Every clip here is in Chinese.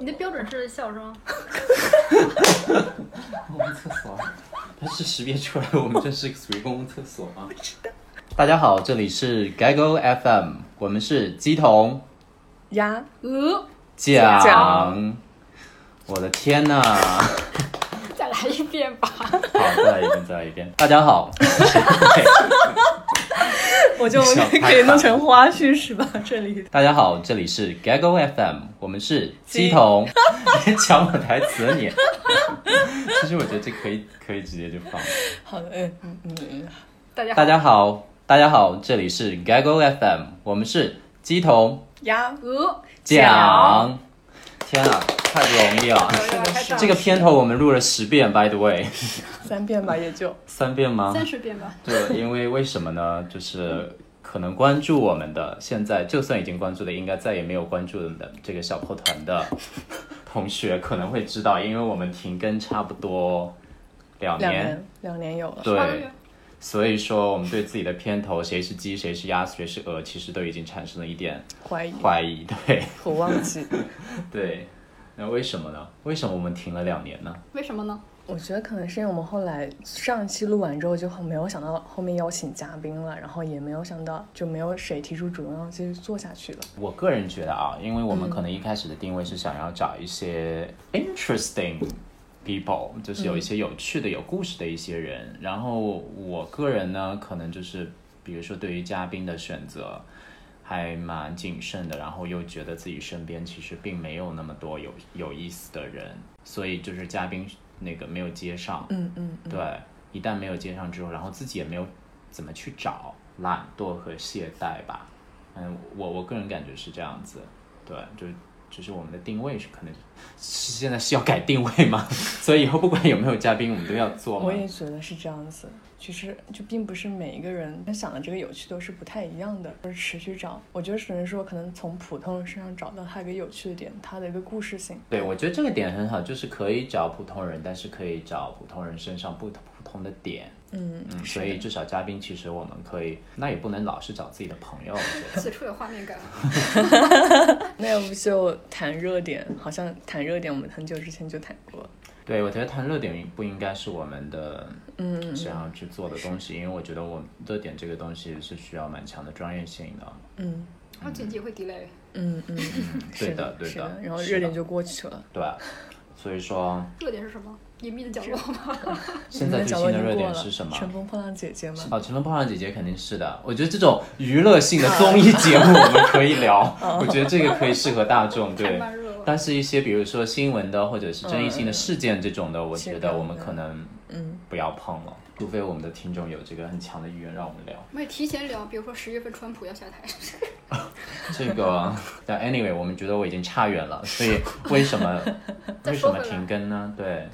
你的标准是笑声，公共厕所，它是识别出来我们这是属于公共厕所吗？大家好，这里是 Gaggle FM，我们是鸡同呀，呃，讲讲。我的天呐！好，再来一遍吧。再来一遍，再来一遍。大家好，我就小太 可以弄成花絮是吧？这里大家好，这里是 Gaggle FM，我们是鸡同。 你抢我台词啊你！其实我觉得这可以，可以直接就放。好的，嗯嗯嗯嗯，大家好大，家好，大家好，这里是 Gaggle FM，我们是鸡同呀，呃，讲。天啊，太不容易了！开始这个片头我们录了十遍，by the way，三遍吧也就三遍吗？三十遍吧。对，因为为什么呢？就是可能关注我们的，现在就算已经关注的，应该再也没有关注的这个小破团的同学可能会知道，因为我们停更差不多两两年，两年有了。八个月对，所以说我们对自己的片头谁是鸡，谁是鸭，谁是鹅，其实都已经产生了一点怀疑，怀疑。对我忘记，对，那为什么呢？为什么我们停了两年呢？为什么呢？我觉得可能是因为我们后来上一期录完之后，就没有想到后面邀请嘉宾了，然后也没有想到就没有谁提出主动要继续做下去了。我个人觉得啊，因为我们可能一开始的定位是想要找一些 interesting people，就是有一些有趣的、有故事的一些人。然后我个人呢，可能就是比如说对于嘉宾的选择还蛮谨慎的，然后又觉得自己身边其实并没有那么多有有意思的人，所以就是嘉宾那个没有接上。嗯嗯，对，一旦没有接上之后，然后自己也没有怎么去找，懒惰和懈怠吧。嗯，我我个人感觉是这样子，对，就就是我们的定位是可能是现在是要改定位嘛， 所以以后不管有没有嘉宾，我们都要做我嘛。也觉得是这样子。其实就并不是每一个人他想的这个有趣都是不太一样的，就是持续找。我觉得只能说，可能从普通人身上找到他一个有趣的点，他的一个故事性。对，我觉得这个点很好，就是可以找普通人，但是可以找普通人身上不普通的点。嗯，嗯，是所以至少嘉宾其实我们可以，那也不能老是找自己的朋友，我觉得。此处有画面感。啊 那要不就谈热点？好像谈热点，我们很久之前就谈过。对，我觉得谈热点不应该是我们的嗯想要去做的东西，因为我觉得我热点这个东西是需要蛮强的专业性的。嗯然后剪辑会 delay，嗯嗯，是对的，对是的。然后是热的点就过去了。对，啊所以说热点是什么？隐秘的角落吗？现在最新的热点是什么？乘风破浪姐姐吗？哦，《乘风破浪姐姐》肯定是的。我觉得这种娱乐性的啊综艺节目我们可以聊，哦我觉得这个可以适合大 众。太对，慢热了。但是一些比如说新闻的或者是争议性的事件这种的，我嗯是觉的得我们可能嗯不要碰了，除非我们的听众有这个很强的意愿让我们聊。我们提前聊，比如说十月份川普要下台， 这个，但 anyway，我们觉得我已经差远了，所以为什么 再为什说么回来停更呢？对，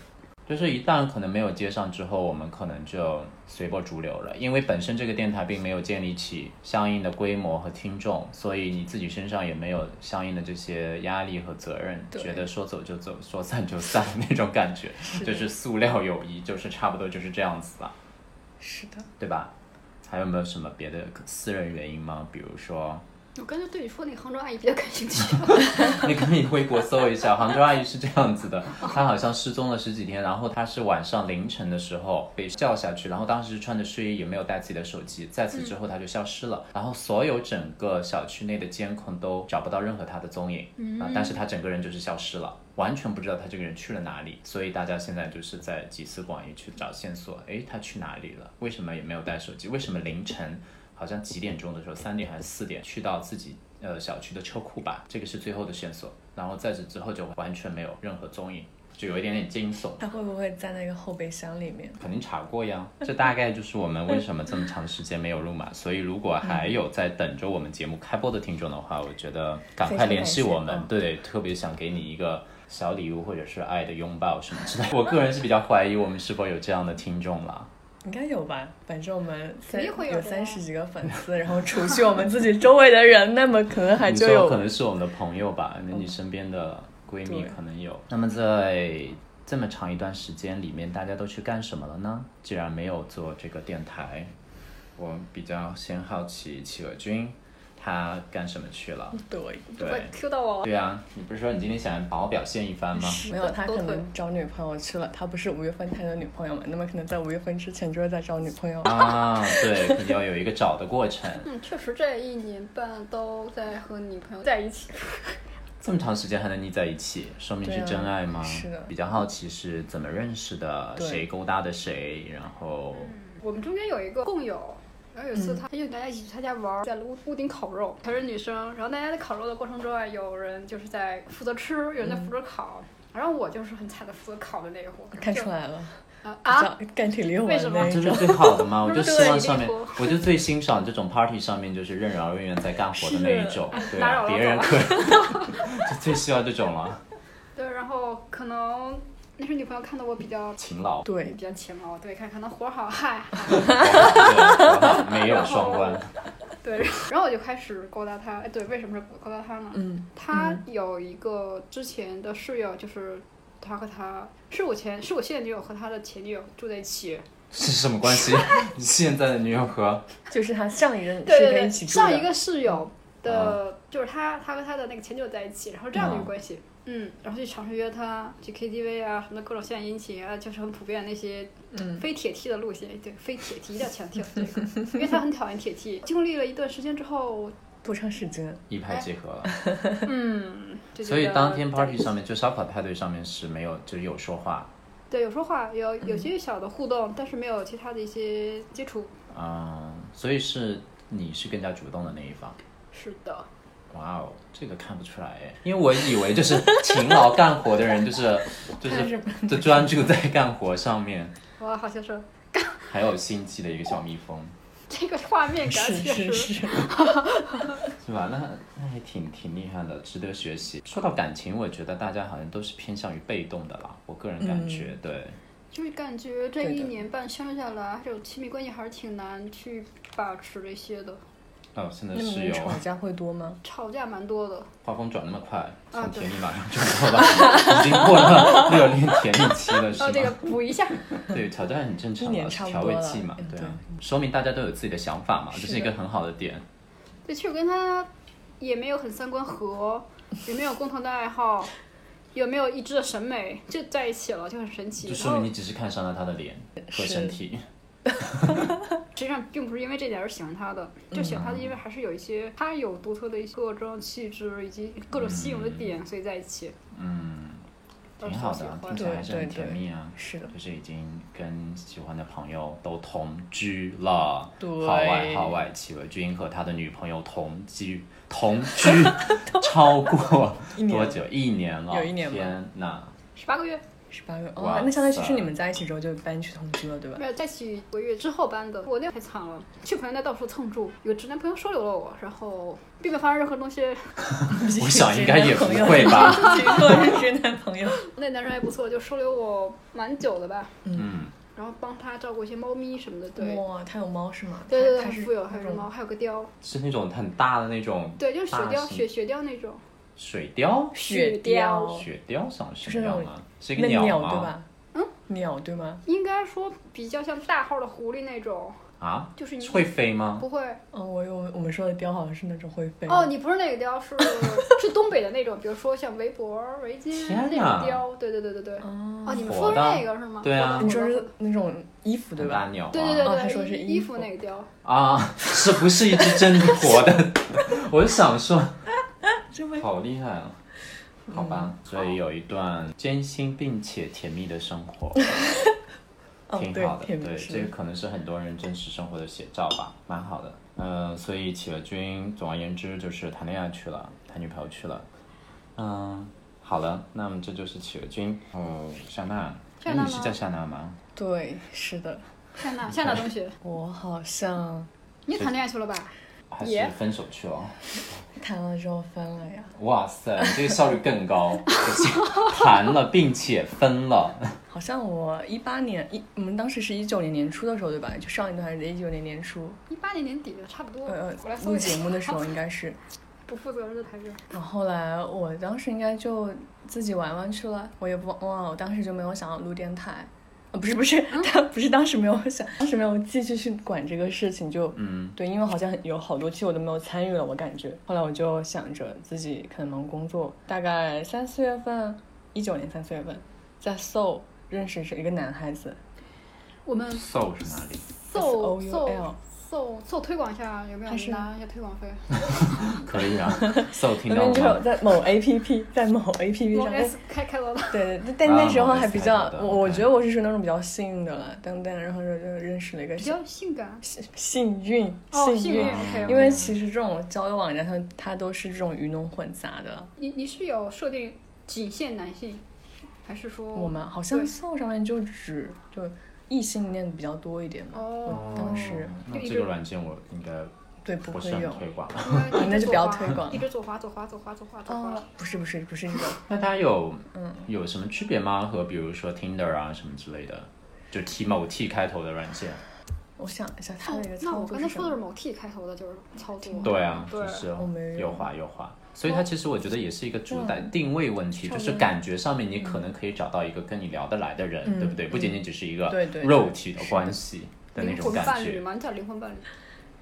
就是一旦可能没有接上之后，我们可能就随波逐流了，因为本身这个电台并没有建立起相应的规模和听众，所以你自己身上也没有相应的这些压力和责任，对觉得说走就走，说散就散那种感觉，就是塑料友谊，就是差不多就是这样子吧，是的。对吧？还有没有什么别的私人原因吗？比如说。我刚才对你说那个杭州阿姨比较感兴趣。 你可以微博搜一下，杭州阿姨是这样子的，她好像失踪了十几天，然后她是晚上凌晨的时候被叫下去，然后当时是穿着睡衣，也没有带自己的手机，在此之后她就消失了，然后所有整个小区内的监控都找不到任何她的踪影，啊，但是她整个人就是消失了。完全不知道她这个人去了哪里，所以大家现在就是在集思广益去找线索。诶，她去哪里了？为什么也没有带手机？为什么凌晨好像几点钟的时候，三点还是四点，去到自己呃小区的车库吧，这个是最后的线索。然后在此之后就完全没有任何踪影，就有一点点惊悚。他会不会在那个后备箱里面？肯定查过 呀，这大概就是我们为什么这么长时间没有录嘛。所以如果还有在等着我们节目开播的听众的话，我觉得赶快联系我非常们感。对，特别想给你一个小礼物或者是爱的拥抱什么之类的。我个人是比较怀疑我们是否有这样的听众了。应该有吧，反正我们肯三定会有有的三十几个粉丝，然后除去我们自己周围的人，那么可能还 你就说有嗯可能是我们的朋友吧，那你身边的闺蜜对可能有。那么在这么长一段时间里面，大家都去干什么了呢？既然没有做这个电台，我比较先好奇企鹅君，他干什么去了。对，不会对 Q 到 我。对啊，你不是说你今天想好好表现一番 吗？没有，他可都会能找女朋友去了，他不是五月份他有女朋友嘛？那么可能在五月份之前就是在找女朋友。啊，对，肯定要有一个找的过程。嗯，确实这一年半都在和女朋友在一起。这么长时间还能腻在一起，说明是真爱吗？对啊是的比较好奇是怎么认识的，对谁勾搭的谁，然后我们中间有一个共友，然后有一嗯次他他就大家一起去他家玩儿，在屋屋顶烤肉，她是女生，然后大家在烤肉的过程中啊，有人就是在负责吃，有人在负责烤，然后我就是很惨的负责烤的那一伙，嗯看就出来了，啊啊，比较干体力活为什么那这一是种。最好的吗？我就哎嗯对希望上面离谱，我就最欣赏这种 party 上面就是任劳任怨在干活的那一种，对打啊扰，了别人可 就最需要这种了，对，然后可能那是女朋友看到我比较勤劳，比对，较勤劳，对，看可能活儿好嗨， 对没有双 关，对，然后我就开始勾搭他，哎，对，为什么是勾搭他呢？嗯，他嗯有一个之前的室友，就是他和他是我前是我现在女友和他的前女友住在一起，是什么关系？你现在的女友和就是他上一任对是对跟一对，起住的，啊上一个室友的，就是他他和他的那个前女友在一起，然后这样的一个关系，嗯，然后去尝试约他去 KTV 啊什么的各种献殷勤啊，就是很普遍那些嗯非铁梯的路线，对，非铁梯一定要 强调这个，因为他很讨厌铁梯。经历了一段时间之后，多长时 间？一拍即合了。嗯，就哎觉所以得当天 party 上面，就烧烤派对上面是没有，就是有说话对有说话，有有些小的互动，但是没有其他的一些接触。啊、所以是你是更加主动的那一方。是的，哇哦，这个看不出来哎，因为我以为就是勤劳干活的人， 就是就是就专注在干活上面，哇，好像是还有心机的一个小蜜蜂，这个画面感是确 是实是，哦是吧？那那还挺挺厉害的，值得学习。说到感情，我觉得大家好像都是偏向于被动的啦，我个人感嗯觉、对。就是感觉这对一的年半相处下来，这种亲密关系还是挺难去把持这些的，哦，现在那你是们有吵架会多吗？吵架蛮多的。画风转那么快，啊从对甜蜜马上转过了， 已经过了热恋甜蜜期了，是哦，这个吗？补一下，对，挑战很正常一嘛，年差不调多味了剂嘛嗯，对对啊，说明大家都有自己的想法嘛，这是是一个的很好的点。对，其实我跟他也没有很三观合，也没有共同的爱好，也没有一致的审美，就在一起了，就很神奇。就然说后明你只是看上了他的脸和是身体，实际上并不是因为这点而喜欢他的，嗯就喜欢他是因为还是有一些他有独特的一些各种气质以及各种吸引我的点，所以在一起。嗯，当挺时好喜的啊，欢听起来还是对很对甜对蜜啊。是的，就是已经跟喜欢的朋友都同居了，对号外号外，戚文君和他的女朋友同居 同居超过一年多久？一年了，有一年吗天呐，十八个月，十八个。哇哦，那相当于其塞实你们在一起之后就搬去同居了，对吧 没？有在一起几个月之后搬的。我那太惨了，去朋友那到处蹭住，有直男朋友收留了我，然后并没有发生任何东西。 我想应该也不会吧 结果是直男朋 友。那男生还不错，就收留我蛮久的吧，嗯，然后帮他照顾一些猫咪什么的。对，哇，他有猫是吗？对对对，他很是富有，还有那只种猫，还有个貂，是那种很大的那种对，就是雪大貂，型雪雪貂那种。水貂，雪貂貂雪貂长什哦就是么那样种啊？是一那个鸟吗？对吧？嗯，鸟对吗？应该说比较像大号的狐狸那种，啊，就是你会飞吗？不会哦，我有我们说的貂好像是那种会飞的。哦，你不是那个貂，是是东北的那种，比如说像围脖、围巾天那种哪貂，对对对对对。哦哦，你们活说是的那个是吗？对啊活你的说活的活是的那种衣服对大吧？鸟啊，对对对哦对，他说是衣衣服服那个貂，啊，是不是一只真活的？ 我就想说，这会好厉害啊！好吧，嗯所以有一段艰辛并且甜蜜的生活，哦挺对好，的。甜对，蜜这是个可能是很多人真实生活的写照吧，蛮好的。呃，所以企鹅君，总而言之就是谈恋爱去了，谈女朋友去了。嗯、好了，那么这就是企鹅君。哦，夏娜，夏哎，娜你是吗叫夏娜吗？对，是的。夏嗯娜夏娜同学，我好像你也谈恋爱去了吧？还是也分手去了？谈了之后分了呀，哇塞，你这个效率更高， 就是谈了并且分了。好像我一八年一我们当时是一九年年初的时候对吧？就上一段还是一九年年初，一八年年底了，差不多。呃我来，搜录一下节目的时候应该是。不负责任的台阶。然后后来我当时应该就自己玩玩去了，我也不忘了，我当时就没有想要录电台。呃不是不是，他不 是当时没有想，当时没有继续去管这个事情，就嗯，对，因为好像有好多期我都没有参与了，我感觉。后来我就想着自己可能忙工作，大概三四月份，一九年三四月份，在 Seoul 认识是一个男孩子，我们搜是哪里？搜 S O U 搜 L 搜搜推广一下，有没有还是拿一下推广费？可以 啊，搜听那到边就有吗？在某 APP，在某 APP 我上。但 S 开开头的，对，对但啊那时候某还 S 比开头，较的我我 OK 觉得我是属于那种比较幸运的了，但但然后就就认识了一个比较性感。幸幸运，哦，幸幸运运，，OK。因为其实这种交友网站它它都是这种鱼龙混杂的。你你是有设定仅限男性，还是说我们好像哦对 Soul 上面就只就异性恋比较多一点嘛。哦我当时那这个软件我应该对不不会是很有。推广。因为一直嗯 那就不左要滑推广一直左滑左滑左滑左滑左滑哦。，不是不是不是这种，那它有嗯有什么区别吗？和比如说 Tinder 啊什么之类的，就 T 某 T 开头的软件。我想一下它哦的一个，那操我刚作是才什说的是么？某 T 开头的，就是操作。对啊，对就是我没有右滑右滑。所以它其实我觉得也是一个主打嗯定位问题，差就不多是感觉上面你可能可以找到一个跟你聊得来的人，嗯对不对？不仅仅只是一个对对对肉体的关系的那灵种魂伴感侣觉。嘛，你叫灵魂伴侣。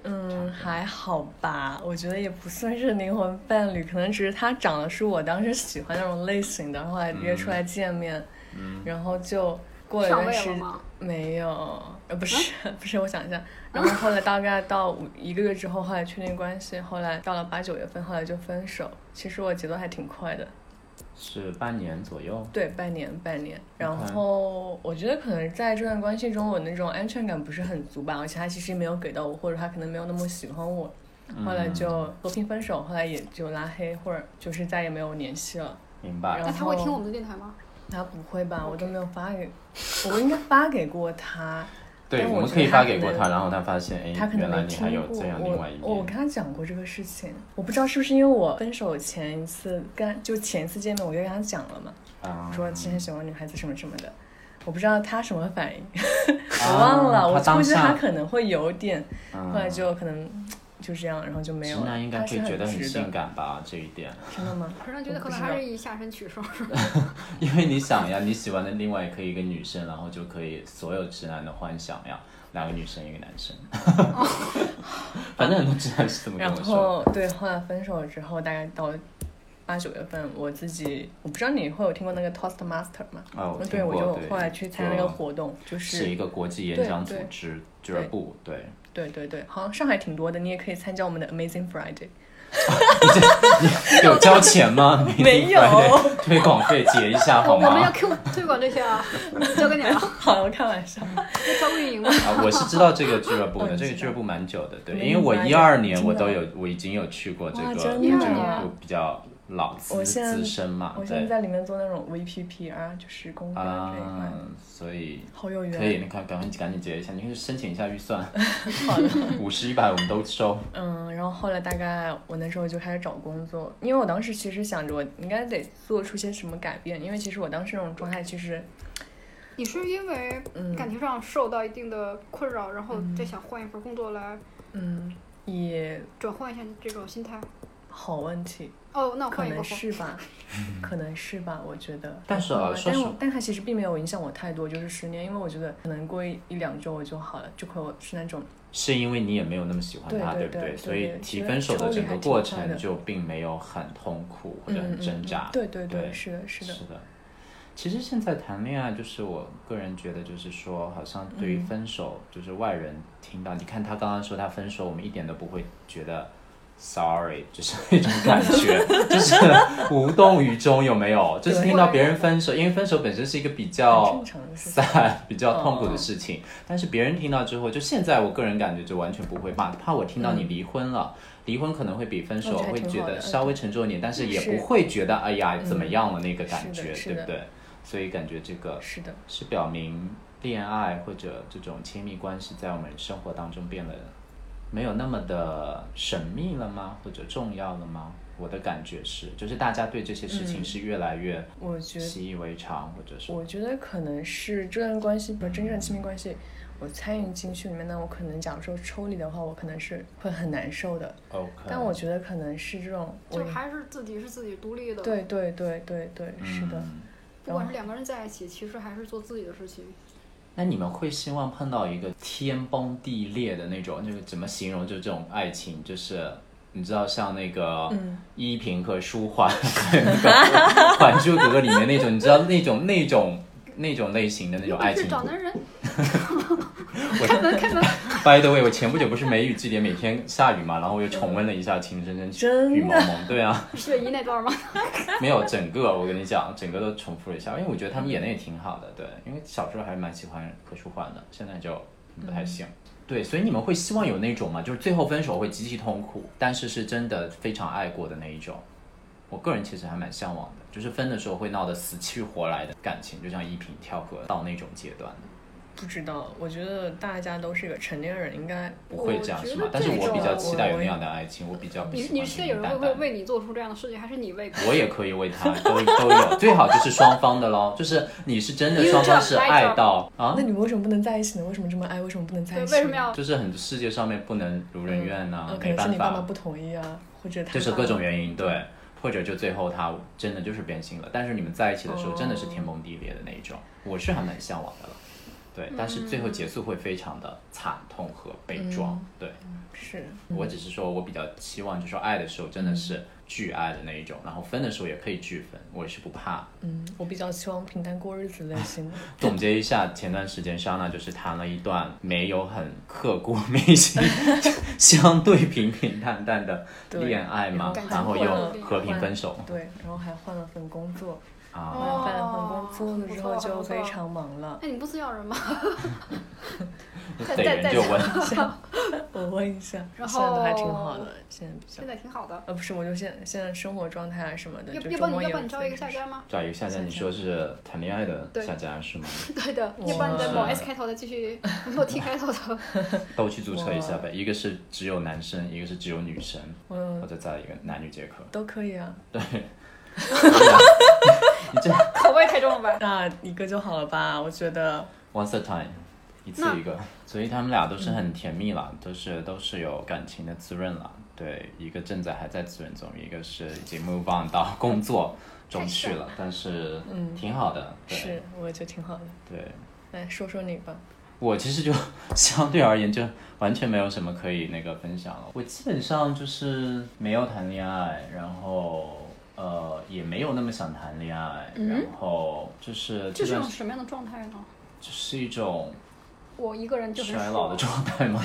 嗯，还好吧，我觉得也不算是灵魂伴侣，可能只是他长得是我当时喜欢那种类型的，然后还约出来见面，然后就过了一上段位时了吗？没有，呃，不是、 不是，我想一下，然后后来大概到五一个月之后，后来确定关系，后来到了八九月份，后来就分手。其实我节奏还挺快的，是半年左右。对，半年半年。然后我觉得可能在这段关系中，我那种安全感不是很足吧，而且他其实没有给到我，或者他可能没有那么喜欢我，后来嗯就和平分手，后来也就拉黑，或者就是再也没有联系了。明白。然那他会后听我们的电台吗？他不会吧？我都没有发给，我应该发给过他。对，但我我们觉可以得他发可给过能他，然后他发现，哎，他可能原来没你听还有过这样另外一我，我面。跟他讲过这个事情，我不知道是不是因为我分手前一次跟就前一次见面我就跟他讲了嘛，啊我说 之前喜欢女孩子什么什么的，我不知道他什么反应，啊我忘了，他我当估计他下，可能会有点，嗯后来就可能就这样，然后就没直有了。男应该他会是觉得很直性的，感吧，这一点， 真的吗？可是觉得我可不能知还道是以下身取胜。因为你想呀，你喜欢的另外一个一个女生，然后就可以所有直男的幻想呀，两个女生一个男 生，反正很多直男是这么跟然我说后对，后来分手之后，大概到八九月份，我自己我不知道你会有听过那个 Toastmaster 吗？嗯的。啊，我对，听我过，就后来对，去参加那就个活动，就是一个国际演对讲组对织俱乐对部， 对，对对对，好像上海挺多的，你也可以参加我们的 Amazing Friday。有交钱吗？没有推广费结一 下我好我们要吗？ Q 推广这些啊，交给你了，好，我 开玩笑。交给运 营吧。啊，我是知道这个俱乐部哦的，你这个知俱乐道部蛮久的，对，没因为我明白一二年真我的都有，我已经有去过这哇个俱真的乐啊部，比较老资我现在资深嘛我，现在对，在里面做那种 VPP 啊，就是公关这一块啊，，所以好有可以，缘。你看，赶快赶紧结一下，你可以申请一下预算， 好的。五十一百我们都收。嗯，然后后来大概我那时候就开始找工作，因为我当时其实想着我应该得做出些什么改变，因为其实我当时那种状态其实，你是因为嗯感情上受到一定的困扰，然后再想换一份工作来嗯，也转换一下你这种心态？好问题，哦，那我可换一个能吧。是 吧，可能是吧，我觉得。嗯但是啊嗯说但实我但它其实并没有影响我太多，就是十年，因为我觉得可能过一一两周我就好了，就可我是那种是因为你也没有那么喜欢对他，对不对对？对所以对提因为分手抽的离整还个挺过快程的就并没有很痛苦或者嗯很嗯挣嗯扎。对对对是的，是的是。的。其实现在谈恋爱，就是我个人觉得，就是说，好像对嗯于分手，就是外人听到，你看他刚刚说他分手，我们一点都不会觉得 sorry，就是 那种感觉，就是无动于衷，有没有？就是对听到别人分手，因为分手本身是一个比很较正常的事情。散、 比嗯较痛苦的事情，但是别人听到之后，就现在我个人感觉就完全不会怕，怕我听到你离婚了。离婚可能会比分手嗯那还会挺觉好得的嗯稍微沉重一点，但是也是不会觉得哎呀嗯怎么样了那个感是觉，的是对不的对？所以感觉这个是的，是表明恋爱或者这种亲密关系在我们生活当中变得没有那么的神秘了吗？或者重要了吗？我的感觉是，就是大家对这些事情是越来越我觉得，习以为常，或者是嗯我觉得可能是这段关系，比如真正亲密关系，我参与进去里面，那我可能假如说抽离的话，我可能是会很难受的。 OK。但我觉得可能是这种，我就还是自己是自己独立的，，对对对对对，是的，嗯不管是两个人在一起，其实还是做自己的事情。那你们会希望碰到一个天崩地裂的那种，那个怎么形容？就这种爱情，就是你知道，像那个依萍和舒缓，那个《还珠格格》里面那种，你知道那种那种那种类型的那种爱是情找故 男人。开门开门， By the way，我前不久不是梅雨季节每天下雨嘛，然后我又重温了一下《情深深真的雨蒙蒙》，对啊，雪姨那段吗？没有整个，我跟你讲，整个都重复了一下，因为我觉得他们演的也挺好的，对，因为小时候还蛮喜欢柯舒缓的，现在就不嗯太行。对，所以你们会希望有那种嘛，就是最后分手会极其痛苦，但是是真的非常爱过的那一种。我个人其实还蛮向往的，就是分的时候会闹得死去活来的感情，就像依萍跳河到那种阶段的，不知道，我觉得大家都是一个成年人，应该不会这样我是觉吗得？但是这我比较种期待有我那样的爱情，我比较不你喜欢你是平有平人淡会淡会。为你做出这样的事情，还是你为？我也可以为他，都都有，最好就是双方的咯，就是你是真的 You 双方 drop, 是 I 爱 drop 到啊那，你们为什么不能在一起呢？为什么这么爱？为什么不能在对，一起？为什么？要？就是很多世界上面不能如人愿呐、呃，可没能是办你爸妈法，不同意啊，或者他就是爸各种原因对，或者就最后他真的就是变心了，但是你们在一起的时候真的是天崩地裂的那一种，我是还蛮向往的了，对，但是最后结束会非常的惨痛和悲嗯壮，对。是我只是说，我比较期望，就是说爱的时候真嗯的是巨爱的那一种，然后分的时候也可以巨分，我是不怕嗯，我比较期望平淡过日子类型的。总结一下，前段时间莎娜就是谈了一段没有很刻骨铭心、相对平平淡淡的恋爱嘛对，然后感情又破裂和平分手对，然后还换了份工作，啊。哦换了份工作了之后不错就不错非常忙了。哎，你不是要人吗？逮人就问，我问一下，然现在都还挺后好的，现在比较现在挺好的。呃不是，我就现现在生活状态啊什么的，要就要周不末你要有不你招一个次下家吗？ 找一个下家，你说是谈恋爱的对下家是吗？对的，哇要不然你再某 S 开头的继续，某 T 开头的。那我去注册一下呗，一个是只有男生，一个是只有女生，嗯或者再一个男女结合。都可以啊，你这口味太重了吧？那一个就好了吧？我觉得 once a time，一次一个，所以他们俩都是很甜蜜啦，都是都是有感情的滋润啦。对，一个正在还在滋润中，一个是已经 move on 到工作中去了，但是挺好的。对是，我觉得挺好的。对，来说说你吧，我其实就 相对而言就完全没有什么可以那个分享了。我基本上就是没有谈恋爱，然后。呃，也没有那么想谈恋爱，然后就 是这这是一段种什么样的状态呢？就是一种我一个人就很衰老的爽状态吗？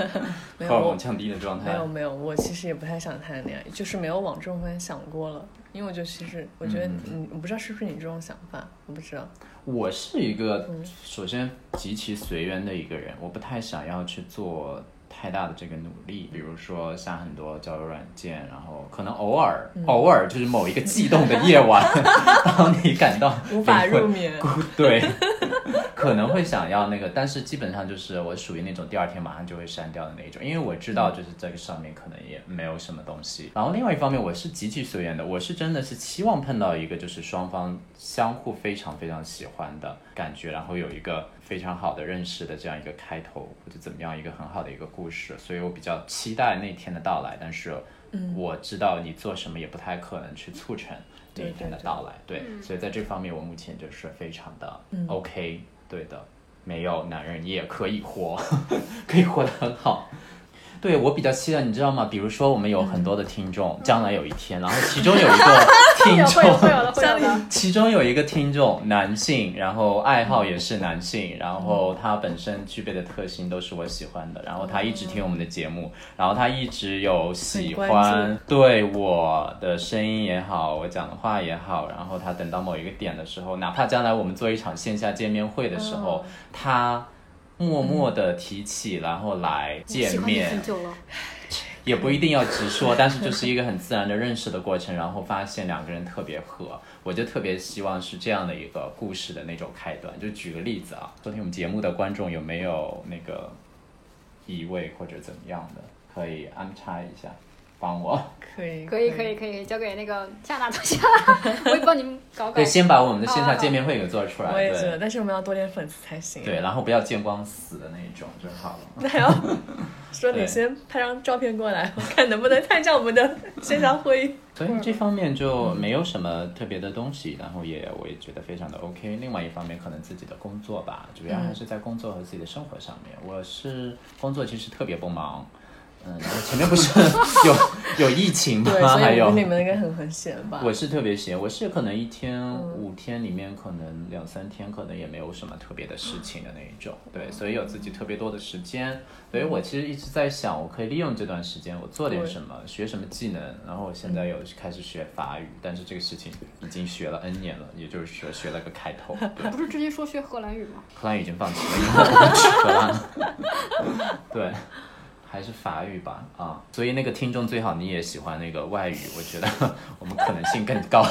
没荷尔有我蒙降低的状没态有。没有，我其实也不太想谈恋爱，就是没有往这种方面想过了。因为我觉得其实，我觉嗯得你，我不知道是不是你这种想法，我不 知道。我是一个嗯首先极其随缘的一个人，我不太想要去做太大的这个努力，比如说像很多交友软件，然后可能偶尔、嗯偶尔就是某一个悸动的夜 晚，当你感到无法灵魂入眠孤对，可能会想要那个，但是基本上就是我属于那种第二天马上就会删掉的那一种，因为我知道就是这个上面可能也没有什么东西。然后另外一方面，我是极其随缘的，我是真的是期望碰到一个就是双方相互非常非常喜欢的感觉，然后有一个非常好的认识的这样一个开头，或者怎么样一个很好的一个故事，所以我比较期待那天的到来，但是。我知道你做什么也不太可能去促成那一天的到来，对，所以在这方面我目前就是非常的 OK，、对的，没有男人你也可以活， 可以活得很好。对我比较期待，你知道吗？比如说我们有很多的听众，将来有一天，然后其中有一个听会有会有众，的会有的。 其中有一个听众男性，然后爱好也是男性，然后他本身具备的特性都是我喜欢的，然后他一直听我们的节目，然后他一直有喜 很关欢对我的声音也好，我讲的话也好，然后他等到某一个点的时候，哪怕将来我们做一场线下见面会的时候，嗯他默默的提起，然后来见面，久了，也不一定要直说，但是就是一个很自然的认识的过程，然后发现两个人特别合，我就特别希望是这样的一个故事的那种开端。就举个例子啊，收听我们节目的观众有没有那个异味或者怎么样的，可以安插一下。帮我。可以可以可以可以，交给那个夏娜做夏娜，我也帮你们搞搞。对，先把我们的线好下好见面会给做出来。哦我也觉得，对但是我们要多点粉丝才行。对，然后不要见光死的那一种就好了。那还要说对你先拍张照片过来，我看能不能参加我们的线下会议。所以这方面就嗯没有什么特别的东西，然后也我也觉得非常的 OK。另外一方面，可能自己的工作吧，主嗯要还是在工作和自己的生活上面。我是工作其实特别不忙，嗯，然后前面不是 有有疫情吗 对，？所还以我有觉得你们应该很很闲吧？我是特别闲，我是可能一天、五天里面，可能两三天，可能也没有什么特别的事情的那一种。对，所以有自己特别多的时间，所以我其实一直在想，我可以利用这段时间，我做点对什么，学什么技能。然后我现在有开始学法语，但是这个事情已经学了 N 年了，也就是说学了个开头。对，不是之前说学荷兰语吗？荷兰语已经放弃了，因为我不去荷兰了。 对。还是法语吧，啊，所以那个听众最好你也喜欢那个外语，我觉得 我们可能性更高。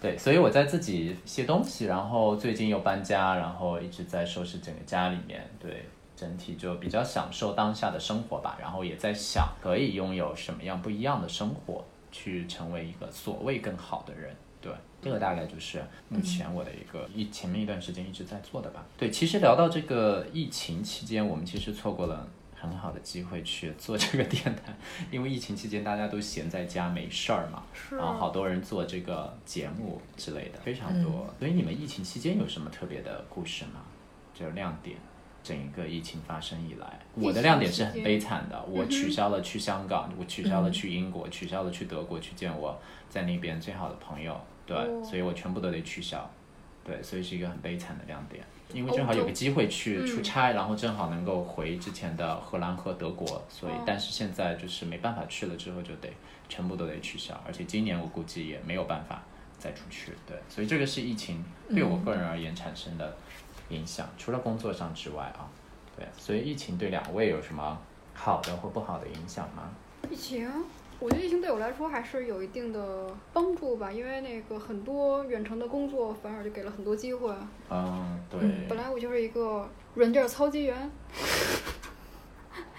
对，所以我在自己写东西，然后最近又搬家，然后一直在收拾整个家里面，对，整体就比较享受当下的生活吧，然后也在想可以拥有什么样不一样的生活，去成为一个所谓更好的人。对，这个大概就是目前我的一个一前面一段时间一直在做的吧。对，其实聊到这个疫情期间，我们其实错过了。很好的机会去做这个电台，因为疫情期间大家都闲在家没事儿嘛，是然后好多人做这个节目之类的，非常多。所以你们疫情期间有什么特别的故事吗？就亮点，整一个疫情发生以来，疫情我的亮点是很期间嗯悲惨的，我取消了去香港，我取消了去英国，取消了去德国去见我在那边最好的朋友，对，哦所以我全部都得取消，对，所以是一个很悲惨的亮点。因为欧正好有洲个机会去哦嗯出差，然后正好能够回之前的荷兰和德国，所以哦但是现在就是没办法去了，之后就得全部都得取消，而且今年我估计也没有办法再出去，对，所以这个是疫情嗯对我个人而言产生的影响，除了工作上之外啊，对，所以疫情对两位有什么好的或不好的影响吗？疫情，我觉得疫情对我来说还是有一定的帮助吧，因为那个很多远程的工作反而就给了很多机会。嗯，对，本来我就是一个软件操级员，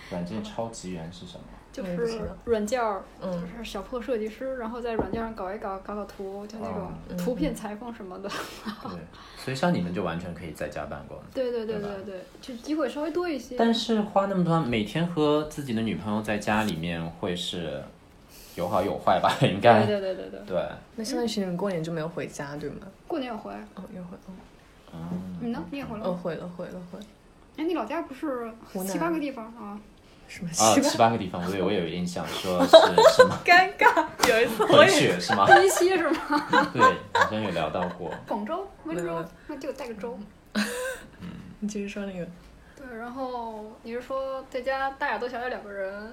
软件超级员是什 么？就我也不知是道软件儿嗯，就是小破设计师，然后在软件上搞一搞，搞搞图，就那种嗯图片裁缝什么的。 对，所以像你们就完全可以在家办公。对对对对吧对对，就机会稍微多一啊些。但是花那么多，每天和自己的女朋友在家里面会是有好有坏 吧？应该对对对对对，对，那相当于是你们过年就没有回家对吗？过年我回来，哦，又回，哦嗯，你呢？你也回来哦，吗？回了回了回了，哎，你老家不是湖南七八个地方啊？什么啊，七八？七八个地方，我有我有印象，说是什么尴尬，有一次我混也血 是吗？啊第一期是吗？对，好像有聊到过。广州、温没有没州有，那就带个州。你继续说那个，对，然后你是说在家大眼瞪小眼两个人，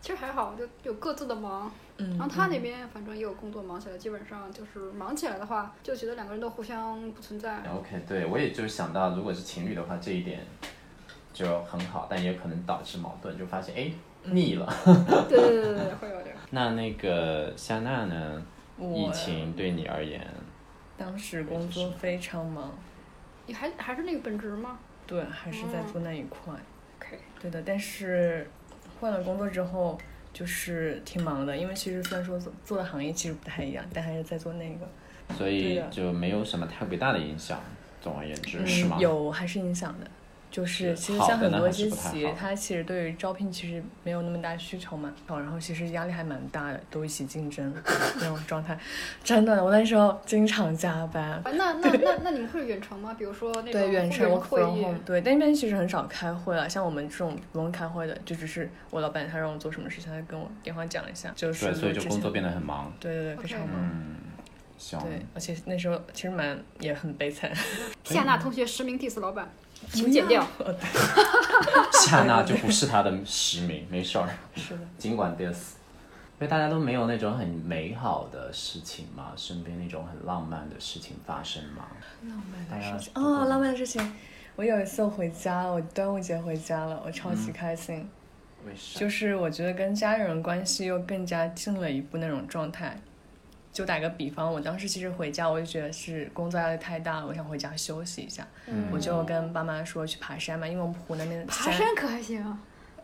其实还好，就有各自的忙。嗯，然后他那边反正也有工作忙起来，基本上就是忙起来的话，就觉得两个人都互相不存哦在。 OK，对我也就是想到，如果是情侣的话，这一点就很好，但也可能导致矛盾，就发现哎腻了。 对对对对对，会有这个。那那个夏娜呢？疫我情对你而言，当时工作非常忙，你还还是那个本职吗对，还是在做那一块， ？OK，对的。但是换了工作之后，就是挺忙的，因为其实虽然说做做的行业其实不太一样，但还是在做那个，所对以的就没有什么特别大的影响。总而言之，嗯是吗？有还是影响的。就是是其实好像的很呢多还是些不太企业，好它其实对于招聘其实没有那么大需求嘛，哦然后其实压力还蛮大的，都一起竞争 那种状态。真的，我那时候经常加班，啊，那那那那你们会远程吗？比如说那种对远程 work 会 from 议 home，对，但那边其实很少开会了。像我们这种不用开会的，就只是我老板他让我做什么事情，他跟我电话讲一下，就是对，所以之就前工作变得很忙。对对对，非常 OK 忙。嗯，行。对， 而且那时候其实蛮也很悲惨，夏娜同学实名 diss 老板，嗯请剪掉。夏娜就不是他的实名，没事儿，是的，尽管 diss。因为大家都没有那种很美好的事情嘛，身边那种很浪漫的事情发生嘛。浪漫大的家事情哦，浪漫的事情。我有一次我回家了，我端午节回家了，我超嗯级开心。为啥？就是我觉得跟家人关系又更加近了一步那种状态。就打个比方，我当时其实回家，我就觉得是工作压力太大了，我想回家休息一下。嗯我就跟爸妈说去爬山嘛，因为我们湖南那边哦爬山山可还行啊？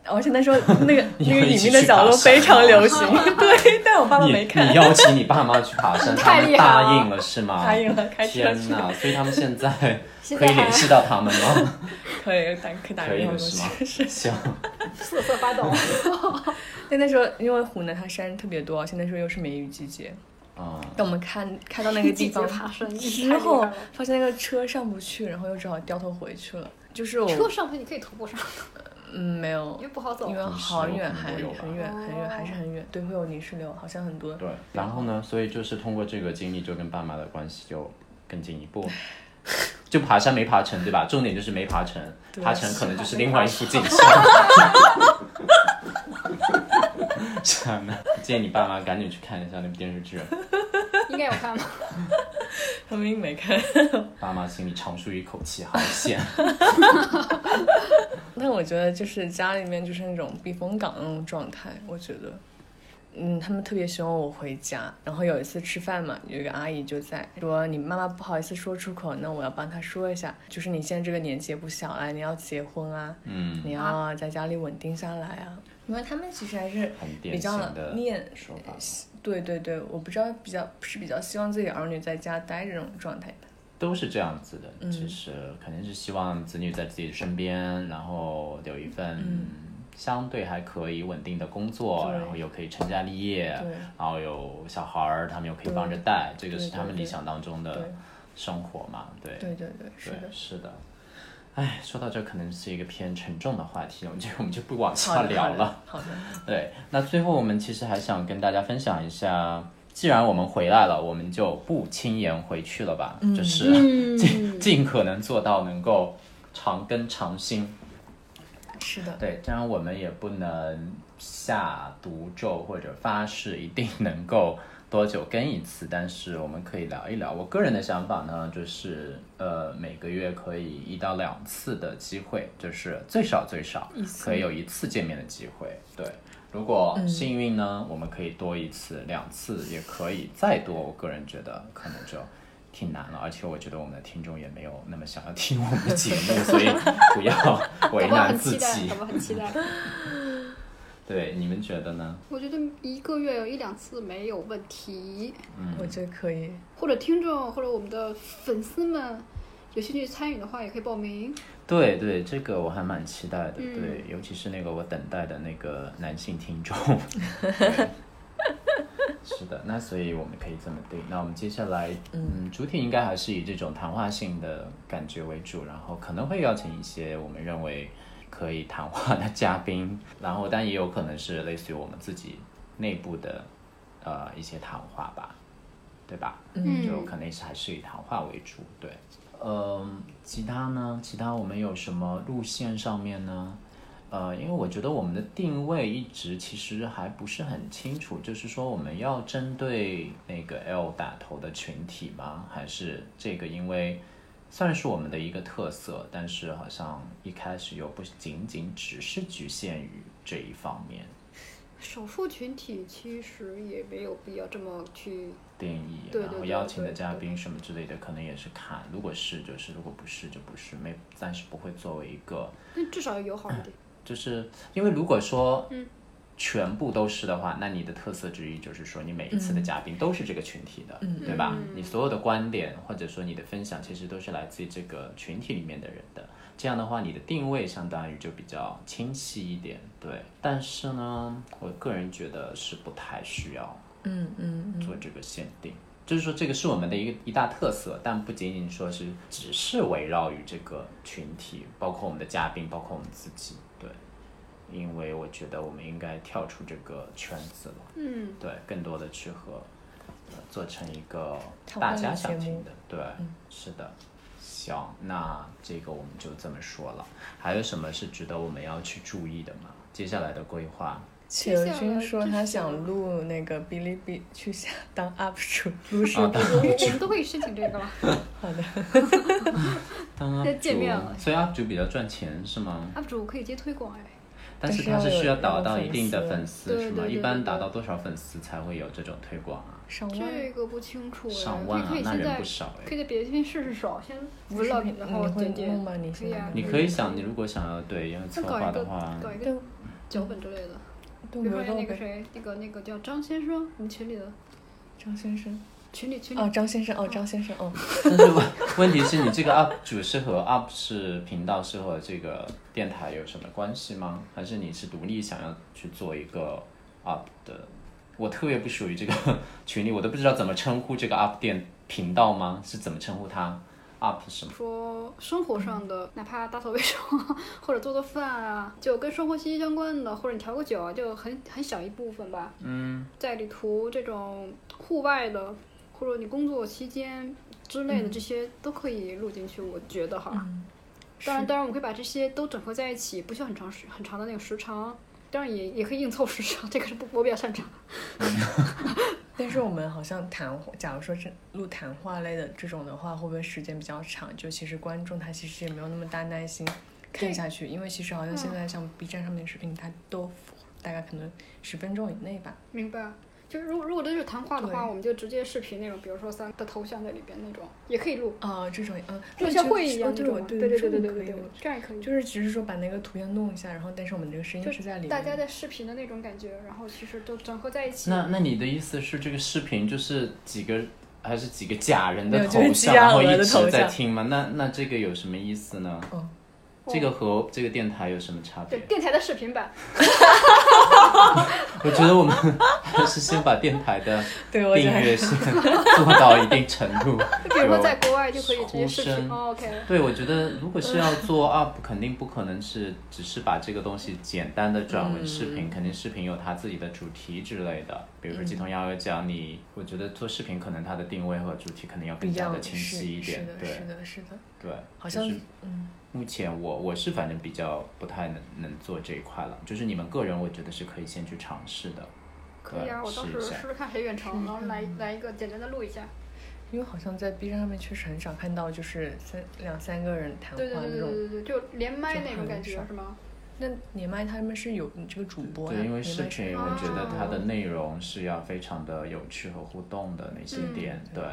而且那时候那个 你那要个一隐起秘的去角爬落山非常吗流 行，对，但我爸爸你没看你，邀请你爸妈去爬 山，他太厉们害答了应了是吗？答应了，开车天去， 哪！所以他们现在现可在以还联系到他们吗？ 可以打可以打可个以电话的过是吗去。？ 行，瑟瑟发抖。但那时候因为湖南它山特别多，而且那时候又是梅雨季节，啊，但我们看开到那个地 方季节爬山你太厉之害后了，发现那个车上不去，然后又只好掉头回去了。就是我车上去你可以徒步上，嗯没有因，为不好走因。为好有远，很多还有吧很远很远，还是很远。对，会有泥石流，好像很多。对。然后呢？所以就是通过这个经历，就跟爸妈的关系就更进一步。 就爬山没爬成，对吧？重点就是没爬成，对爬成可能就是另外一幅景象。 这样的，啊建议你爸妈赶紧去看一下那部电视剧，应该有看吗？他们没看，爸妈心里长舒一口气，好险。但我觉得就是家里面就是那种避风港那种状态，我觉得。嗯，他们特别希望我回家。然后有一次吃饭嘛，有一个阿姨就在说：“你妈妈不好意思说出口，那我要帮她说一下，就是你现在这个年纪也不小了，你要结婚啊，嗯，你要在家里稳定下来啊。”因为他们其实还是很典比型较的念说法。对对对，我不知道比较是比较希望自己的儿女在家待着这种状态吧。都是这样子的，嗯其实肯定是希望子女在自己身边，然后有一份嗯相对还可以稳定的工作，对然后又可以成家立业，对然后有小孩儿，他们又可以帮着对带，这个对是他对们理对想当中的对生活嘛，对，对对对，是对的。是的。哎，说到这可能是一个偏沉重的话题，我们就我们就不往好下的聊了。。好的，好的对，那最后我们其实还想跟大家分享一下，既然我们回来了，我们就不轻言回去了吧，就是、尽尽可能做到能够长根长新。是的，对，当然我们也不能下毒咒或者发誓一定能够多久更一次，但是我们可以聊一聊。我个人的想法呢，就是呃每个月可以一到两次的机会，就是最少最少一次可以有一次见面的机会。对，如果嗯幸运呢，我们可以多一次、两次也可以，再多我个人觉得可能就。挺难了，而且我觉得我们的听众也没有那么想要听我们的节目，所以不要 为宝宝难很期自待，己宝。宝很期待。对，你们觉得呢？我觉得一个月有一两次没有问题，嗯我觉得可以。或者听众或者我们的粉丝们有兴趣参与的话，也可以报名。对对，这个我还蛮期待的。嗯对，尤其是那个我等待的那个男性听众。是的，那所以我们可以这么定。那我们接下来，嗯，主体应该还是以这种谈话性的感觉为主，然后可能会邀请一些我们认为可以谈话的嘉宾，然后但也有可能是类似于我们自己内部的呃一些谈话吧，对吧？嗯就可能是还是以谈话为主，对。嗯，其他呢？其他我们有什么路线上面呢？呃，因为我觉得我们的定位一直其实还不是很清楚，就是说我们要针对那个 L 打头的群体吗？还是这个因为算是我们的一个特色，但是好像一开始又不仅仅只是局限于这一方面少数群体其实也没有必要这么去，定义，对对然后对邀请的嘉对宾什么之类的，可能也是看，如果是就是，如果不是就不是，没暂时不会作为一个但至少要友好一点。就是因为如果说嗯全部都是的话，那你的特色之一就是说你每一次的嘉宾都是这个群体的，嗯对吧嗯？你所有的观点或者说你的分享，其实都是来自于这个群体里面的人的。这样的话，你的定位相当于就比较清晰一点，对。但是呢，我个人觉得是不太需要嗯嗯嗯，做这个限定。就是说，这个是我们的一个一大特色，但不仅仅说是只是围绕于这个群体，包括我们的嘉宾，包括我们自己，对，因为我觉得我们应该跳出这个圈子了，嗯，对，更多的去和、呃、做成一个谈话大类家想节目听的，对，是的。行，那这个我们就这么说了。还有什么是值得我们要去注意的吗？接下来的规划，铁接下友来君说就他是想录那个哔哩哔去下 当 UP 主，录视啊 频。我嗯我们都可以申请这个了。好的，当 UP 要见面主了所以 UP 主比较赚钱是吗？ UP 主可以接推广哎，但但是是它要是需有要有达到粉一定的丝粉丝，对对是吗？对一对般对达到多少粉丝才会有这种推广啊？上万。这个不清楚哎，上万可啊以，那现人在不少可哎。以在别的地方试试手，先不是 vlog，你然后你会剪辑。弄吗你可现以在啊弄你可以想，你如果想要对要再策搞划一的个话，搞一个对，脚本之类的。比比如说那个谁，那个那个叫张先生，我们群里的张先生。群里群里哦，张先嗯生，哦，张先生，哦，但是问问题是你这个 UP 主是和 UP 是频道是和这个电台有什么关系吗？还是你是独立想要去做一个 UP 的？我特别不属于这个 群里，我都不知道怎么称呼这个 UP 电频道吗？是怎么称呼它？UP 什么？说生活上的，哪怕打扫卫生 啊，或者做做饭啊，就跟生活息息相关的，或者你调个酒啊，就很很小一部分吧。嗯，在旅途这种户外的，或者你工作期间之类的这些都可以录进去，我觉得哈。嗯，当然，是当然我们可以把这些都整合在一起，不需要很长时很长的那个时长，当然也也可以硬凑时长， 这个是不我比较擅长。但是我们好像谈话，假如说是录谈话类的这种的话，会不会时间比较长？就其实观众他其实也没有那么大耐心看下去，因为其实好像现嗯在像 B 站上面的视频，它都大概可能十分钟以内吧。明白。就是如果如果真是谈话的话，对我们就直接视频那种，比如说三个头像在里边那种，也可以录，呃，这种嗯，录对像就会是议一样哦那对种我嘛。对对对这对对个可对以对我，这样也可以。就是只是说把那个图片弄一下，然后但是我们这个声就音是在里面。大家在视频的那种感觉，然后其实都整合在一起。那那你的意思是这个视频就是几个还是几个假人的没有头就是像，鸡鸭然后鹅一的头直在像听吗？那那这个有什么意思呢？哦这个和这个电台有什么差别对？电台的视频版，我觉得我们 还是先把电台的对，我觉订得还阅是先 做到一定程 度。比如说在国外就可以直接视呼声频。哦 OK，对，我觉得如果是要 做 UP，肯定不可能是只是把这个东西简单的转为视嗯频，肯定视频有它自己的主题之类的。比如说鸡同鸭鹅讲你，我觉得做视频可能它的定位和主题肯定要比更加较的清晰一点是。的，对是的，是的，对，好就像是嗯，目前我我是反正比较不太能能做这一块了，就是你们个人我觉得是可以先去尝试的。可以啊，对我到试时候一下试试看谁远程，然后来来一个简单的录一下。因为好像在 B 站上面确实很少看到，就是三两三个人谈对对话对那对种。对对，就连麦就那种很感觉少是吗？那连麦他们是有你这个主播呀，对，因为连视麦是频，有我觉得它的哦内容是要非常的有趣和互动的那些嗯点，对，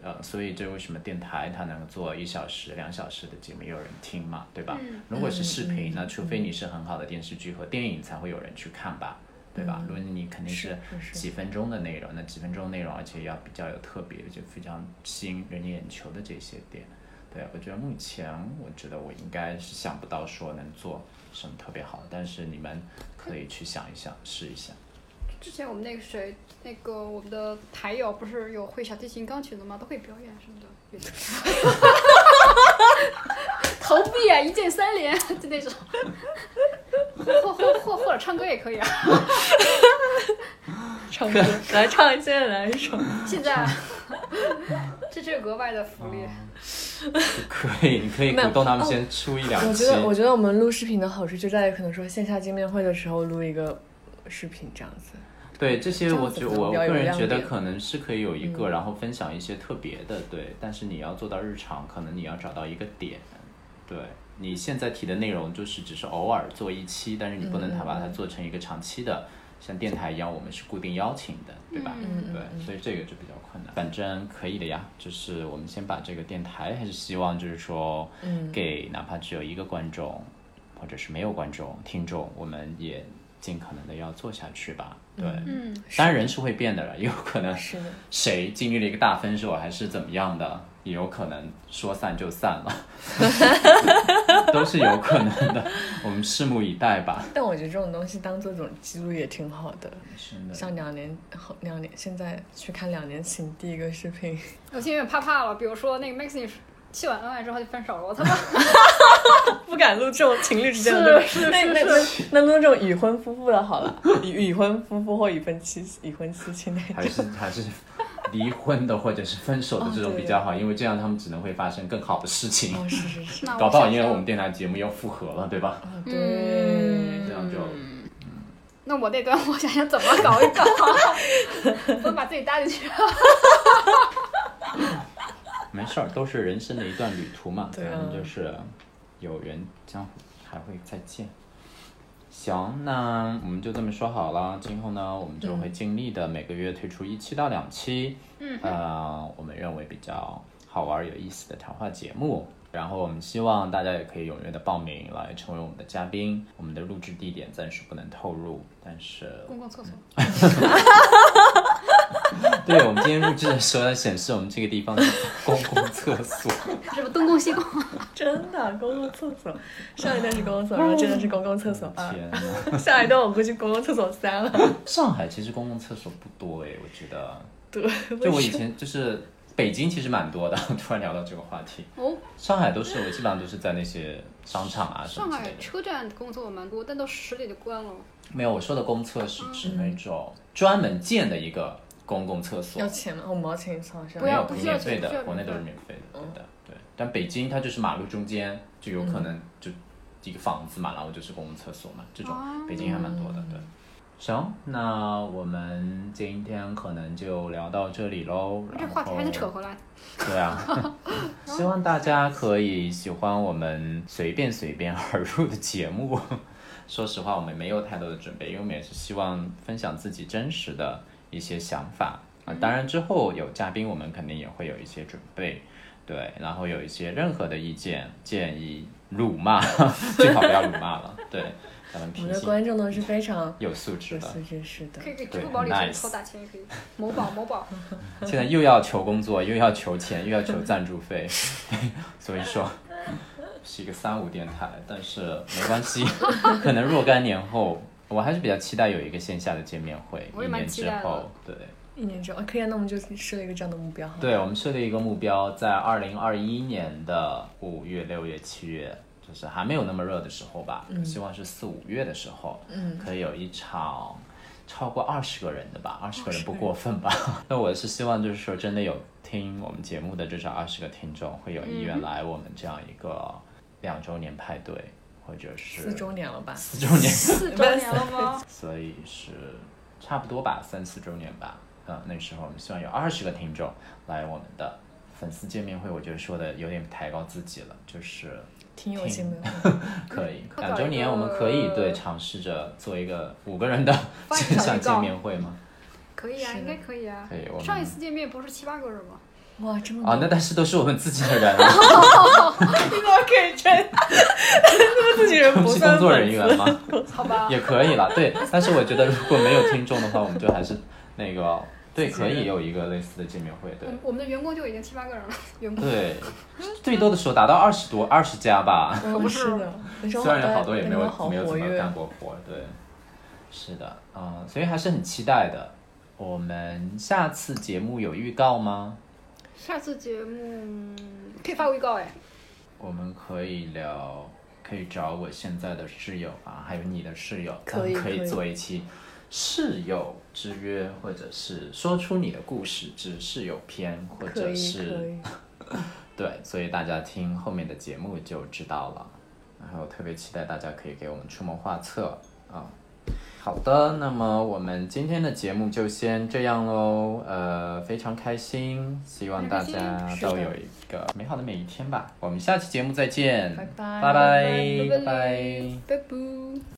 呃，所以这为什么电台它能做一小时、两小时的节目也有人听嘛，对吧？嗯如果是视频，嗯那除非你是很好的电视剧和电影才会有人去看吧，对吧？如果你肯定是是是几分钟的内容，那几分钟内容，而且要比较有特别，就非常吸引人眼球的这些点。对，我觉得目前我觉得我应该是想不到说能做什么特别好，但是你们可以去想一想，试一下。之前我们那个谁，那个我们的台友不是有会小提琴、钢琴的吗？都会表演什么的。 投币啊，一键三连就那种，或或或或者唱歌也可以啊。唱歌来唱，现在来一首。现 在，这是额外的福哦利。可以，你可以没有鼓动他们先出一两我期觉。得，我觉得我们录视频的好处就在于，可能说线下见面会的时候录一个视频这样子。对这些，这样我子觉可能我比较个有人亮觉得点嗯可能是可以有一个，然后分享一些特别的，对。但是你要做到日常，可能你要找到一个点，对。你现在提的内容就是只是偶尔做一期，但是你不能嗯它把它做成一个长期的，像电台一样，我们是固定邀请的，对吧？嗯对，所以这个就比较困难。反正可以的呀，就是我们先把这个电台，还是希望就是说，嗯给哪怕只有一个观众，或者是没有观众、听众，我们也尽可能的要做下去吧。对，嗯，当然人是会变的了，也有可能是的，谁经历了一个大分手还是怎么样的，也有可能说散就散了， 都是有可能的。我们拭目以待 吧。但我觉得这种东西当做种记录也挺好的。真的，像两年后，两年现在去看两年前第一个视频，我现在有点怕怕了。比如说那个 Maxine 秀完恩爱之后就分手了，我他妈 不敢录这种情侣之间的东西。是是那是那那那录这种已婚夫妇的好 了，已已婚夫妇或已婚妻已婚妻妻 那还是还是离婚的或者是分手哦的这种比较好，因为这样他们只能会发生更好的事情。哦，是是是，那搞不好想因为象我们电台节目要复合了，对吧？ 哦嗯对，这样就那我那段我想想怎么搞一 搞，怎么把自己搭进去？没事儿，都是人生的一段旅途嘛， 对啊反正就是有缘江湖还会再见。行，那我们就这么说好了。今后呢，我们嗯就会尽力的每个月推出一期到两期，嗯呃，我们认为比较好玩儿有意思的谈话节目。然后我们希望大家也可以踊跃的报名来成为我们的嘉宾。我们的录制地点暂时不能透露，但是公共厕所。对我们今天录制的时候，要显示我们这个地方是公共厕 所。什么东宫西宫？真的公共厕所，上一段是公共厕所，然后真的是公共厕所啊！天哪， 下一段我估计公共厕所三 了。上海其实公共厕所不多哎，我觉得。对，就我以前就是北京其实蛮多的， 突然聊到这个话题。哦，上海都是我基本上都是在那些商场啊什上么之类海的。车站公共厕所蛮多，但到十点就关了。没有，我说的公厕是指嗯那种专门建的一个公共厕所要，钱吗？五毛钱一次好像不没要有不需要免费不需的，要嗯国内都是免费的，对的，对。但北京它就是马路中间就有可嗯能就一个房子嘛，然后就是公共厕所嘛，这种哦北京还蛮多的，对。行，那我们今天可能就聊到这里喽。这然后话题还能扯回来？对啊，希望大家可以喜欢我们随便随便而入的节目。 说实话，我们没有太多的准备，因为我们也是希望分享自己真实的一些想法啊。当然，之后有嘉宾，我们肯定也会有一些准备，对。然后有一些任何的意见、建议、辱骂，最好不要辱骂了。对，咱们我平们的心观众都是非常有素质有的。素质，是的可。以给支对付宝里很 nice 头打钱也可以，某宝某 宝。现在又要求工作，又要求钱，又要求赞助费， 所以说是一个三无电台，但是没 关系，可能若干年后，我还是比较期待有一个线下的见面会，我一也蛮年期之待的后，对，一年之后，可以啊，那我们就设了一个这样的目标哈。对我们设立一个目标，在二零二一年的五月、六月、七月。就是还没有那么热的时候吧，希望是四五月的时候，嗯，可以有一场超过二十个人的吧，二十个人不过分吧？ 那我是希望就是说，真的有听我们节目的至少二十个听众会有意愿来我们这样一个两周年派对，或者是四周年了吧？四周年，四周年 了吗？所以是差不多吧，三四周年吧。嗯，那时候我们希望有二十个听众来我们的粉丝见面会，我觉得说的有点抬高自己了，就是 挺有劲的。可以不搞两周年，我们可嗯一以个对尝试着做一个五个人的发一线场上预见告面会吗？可以啊，是的应该可以啊可以哎我。们上一次嗯见面不是七八个人吗？哇，这么啊，那但是都是我们自己的人啊， 你怎么可以这样？ 那么自己人我不们是算 工作粉人丝员吗？好吧，也可以啦，对。但是我觉得如果没有听众的话，我们就还是那个，对，自己可人以有一个类似的见面会，对我。们我们的员工就已经七八个人了，员工。对，最多的时候达到二十多、二十家吧。嗯，是的，那时候虽然有大好家多也没大有家好没有活怎么跃干，过活，对。是的，嗯，所以还是很期待的。我们下次节目有预告吗？下次节目嗯可以发个预告哎，我们可以聊，可以找我现在的室友啊，还有你的室友，可以咱们可可以做一期室友之约，或者是说出你的故事之室友篇，或可者以可是以。对，所以大家听后面的节目就知道了。然后特别期待大家可以给我们出谋划策啊。好的，那么我们今天的节目就先这样喽。呃，非常开心，希望大家开心都是的有一个美好的每一天吧。我们下期节目再见，拜拜拜拜拜拜拜拜拜。